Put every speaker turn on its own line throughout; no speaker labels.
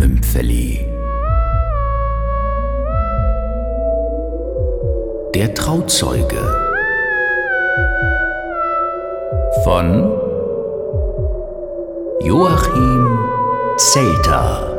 Valley. Der Trauzeuge von Joachim Zelter.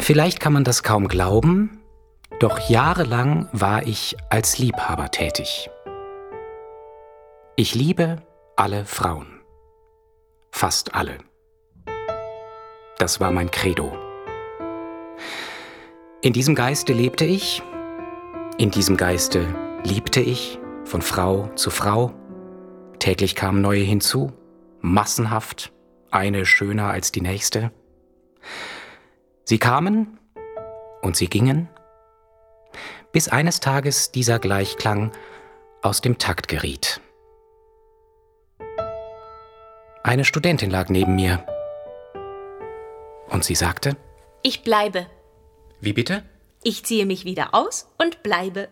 Vielleicht kann man das kaum glauben, doch jahrelang war ich als Liebhaber tätig. Ich liebe alle Frauen. Fast alle. Das war mein Credo. In diesem Geiste lebte ich, in diesem Geiste liebte ich von Frau zu Frau. Täglich kamen neue hinzu, massenhaft, eine schöner als die nächste. Sie kamen und sie gingen, bis eines Tages dieser Gleichklang aus dem Takt geriet. Eine Studentin lag neben mir und sie sagte,
Ich bleibe.
wie bitte?
Ich ziehe mich wieder aus und bleibe.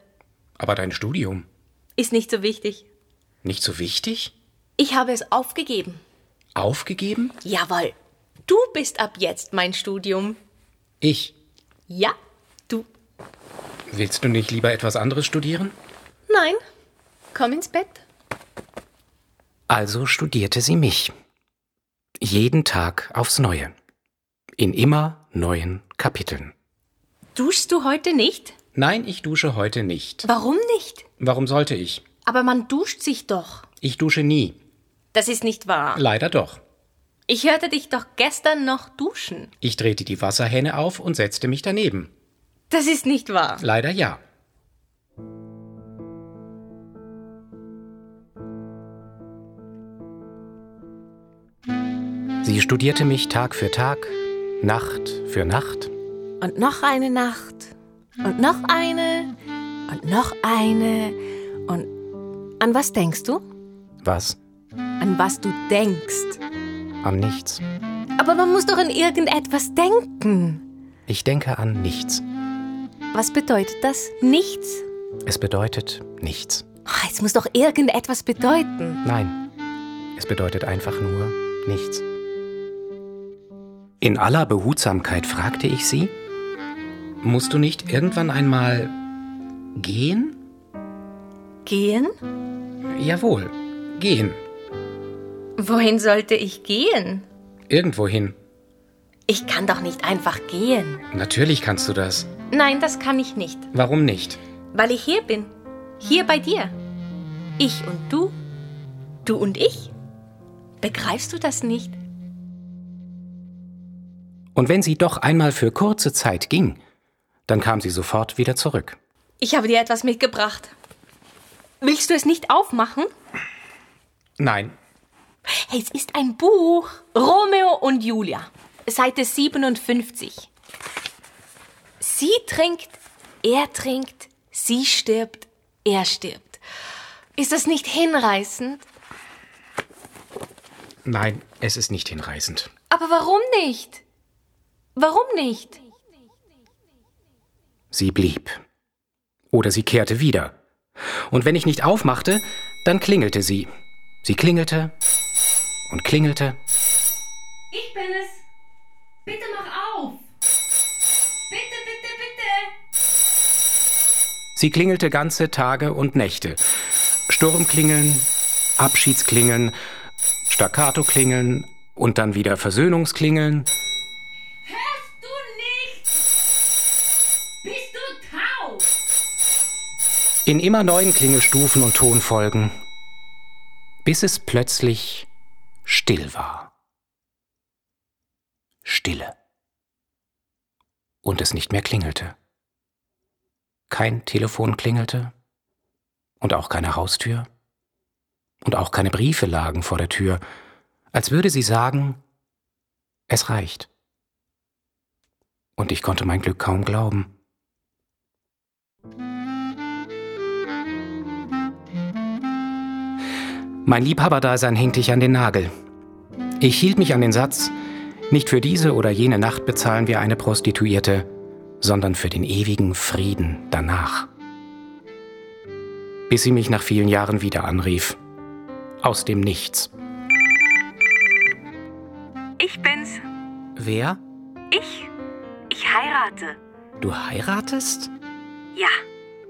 Aber dein Studium,
Ist nicht so wichtig.
nicht so wichtig?
Ich habe es aufgegeben.
Aufgegeben?
Jawohl. Du bist ab jetzt mein Studium.
Ich.
Ja, du.
Willst du nicht lieber etwas anderes studieren?
Nein. Komm ins Bett.
Also studierte sie mich. Jeden Tag aufs Neue. In immer neuen Kapiteln.
Duschst du heute nicht?
Nein, ich dusche heute nicht.
Warum nicht?
Warum sollte ich?
Aber man duscht sich doch.
Ich dusche nie.
Das ist nicht wahr.
Leider doch.
Ich hörte dich doch gestern noch duschen.
Ich drehte die Wasserhähne auf und setzte mich daneben.
Das ist nicht wahr.
Leider ja. Sie studierte mich Tag für Tag, Nacht für Nacht.
Und noch eine Nacht. Und noch eine. Und noch eine. Und an was denkst du?
Was?
An was du denkst.
An nichts.
Aber man muss doch an irgendetwas denken.
Ich denke an nichts.
Was bedeutet das? Nichts?
Es bedeutet nichts.
Ah, es muss doch irgendetwas bedeuten.
Nein, es bedeutet einfach nur nichts. In aller Behutsamkeit fragte ich sie, musst du nicht irgendwann einmal gehen?
Gehen?
Jawohl, gehen.
Wohin sollte ich gehen?
Irgendwohin.
Ich kann doch nicht einfach gehen.
Natürlich kannst du das.
Nein, das kann ich nicht.
Warum nicht?
Weil ich hier bin. Hier bei dir. Ich und du. Du und ich. Begreifst du das nicht?
Und wenn sie doch einmal für kurze Zeit ging, dann kam sie sofort wieder zurück.
Ich habe dir etwas mitgebracht. Willst du es nicht aufmachen?
Nein,
Hey, es ist ein Buch. Romeo und Julia. Seite 57. Sie trinkt, er trinkt, sie stirbt, er stirbt. Ist das nicht hinreißend?
nein, es ist nicht hinreißend.
Aber warum nicht? Warum nicht?
Sie blieb. Oder sie kehrte wieder. Und wenn ich nicht aufmachte, dann klingelte sie. Sie klingelte und klingelte.
Ich bin es. Bitte mach auf. Bitte, bitte, bitte.
Sie klingelte ganze Tage und Nächte. Sturmklingeln, Abschiedsklingeln, Staccato-Klingeln und dann wieder Versöhnungsklingeln.
Hörst du nicht? Bist du taub?
In immer neuen Klingelstufen und Tonfolgen, bis es plötzlich still war. Stille. Und es nicht mehr klingelte. Kein Telefon klingelte und auch keine Haustür und auch keine Briefe lagen vor der Tür, als würde sie sagen, es reicht. Und ich konnte mein Glück kaum glauben. Mein Liebhaberdasein hängte ich an den Nagel. Ich hielt mich an den Satz, Nicht für diese oder jene Nacht bezahlen wir eine Prostituierte, sondern für den ewigen Frieden danach. Bis sie mich nach vielen Jahren wieder anrief. Aus dem Nichts.
Ich bin's.
Wer?
Ich. Ich heirate.
Du heiratest?
Ja,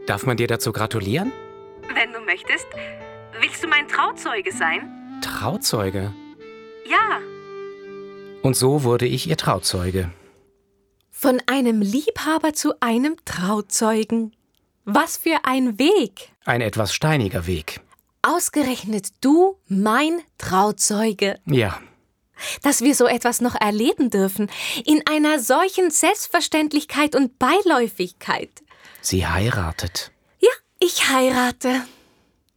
Darf man dir dazu gratulieren?
wenn du möchtest. Willst du mein Trauzeuge sein?
Trauzeuge.
Ja.
Und so wurde ich ihr Trauzeuge.
Von einem Liebhaber zu einem Trauzeugen. Was für ein Weg!
Ein etwas steiniger Weg.
Ausgerechnet du, mein Trauzeuge,
Ja,
dass wir so etwas noch erleben dürfen, in einer solchen Selbstverständlichkeit und Beiläufigkeit.
sie heiratet.
Ja, ich heirate.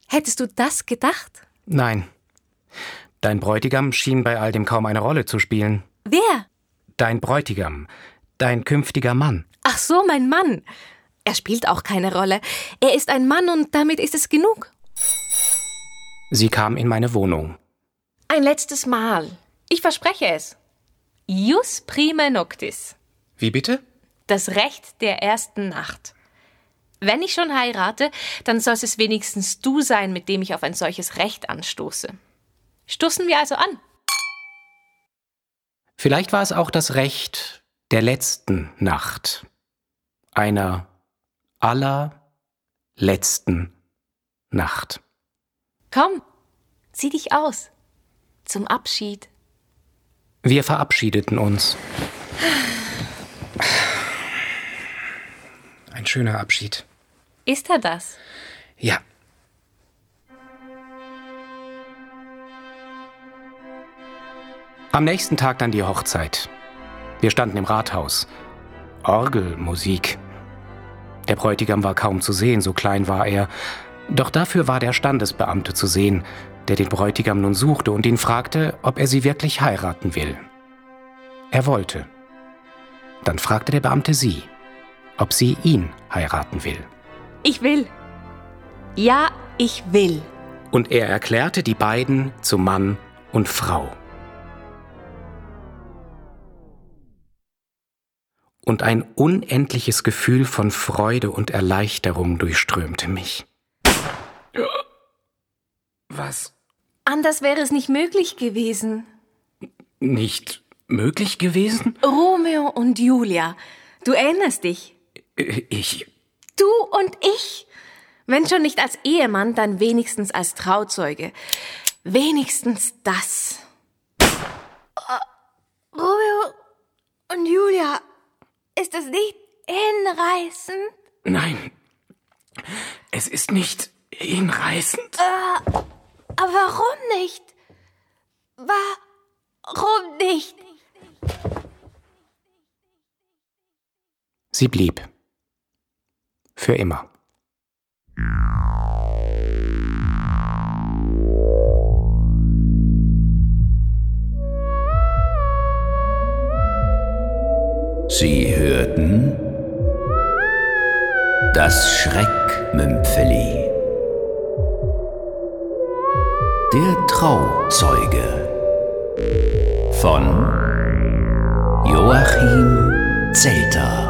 Hättest du das gedacht?
Nein. Dein Bräutigam schien bei all dem kaum eine Rolle zu spielen.
Wer?
Dein Bräutigam. Dein künftiger Mann.
Ach so, mein Mann. Er spielt auch keine Rolle. Er ist ein Mann und damit ist es genug.
Sie kam in meine Wohnung.
Ein letztes Mal. Ich verspreche es. Jus prime noctis.
Wie bitte?
Das Recht der ersten Nacht. Wenn ich schon heirate, dann soll es wenigstens du sein, mit dem ich auf ein solches Recht anstoße. Stoßen wir also an.
Vielleicht war es auch das Recht der letzten Nacht. Einer aller letzten Nacht.
Komm, zieh dich aus. Zum Abschied.
Wir verabschiedeten uns. Ein schöner Abschied.
Ist er das?
Ja. Am nächsten Tag dann die Hochzeit. Wir standen im Rathaus. Orgelmusik. Der Bräutigam war kaum zu sehen, so klein war er. Doch dafür war der Standesbeamte zu sehen, der den Bräutigam nun suchte und ihn fragte, ob er sie wirklich heiraten will. Er wollte. Dann fragte der Beamte sie, ob sie ihn heiraten will.
Ich will. Ja, ich will.
und er erklärte die beiden zu Mann und Frau. Und ein unendliches Gefühl von Freude und Erleichterung durchströmte mich. Was
Anders wäre es nicht möglich gewesen.
nicht möglich gewesen?
Romeo und Julia. Du erinnerst dich.
Ich.
Du und ich. Wenn schon nicht als Ehemann, dann wenigstens als Trauzeuge. Wenigstens das.
Äh, Romeo und Julia, ist das nicht hinreißend?
Nein. Es ist nicht hinreißend.
Aber warum nicht? Warum nicht?
Sie blieb. Für immer.
Sie hörten das Schreckmümpfeli. Der Trauzeuge von Joachim Zelter.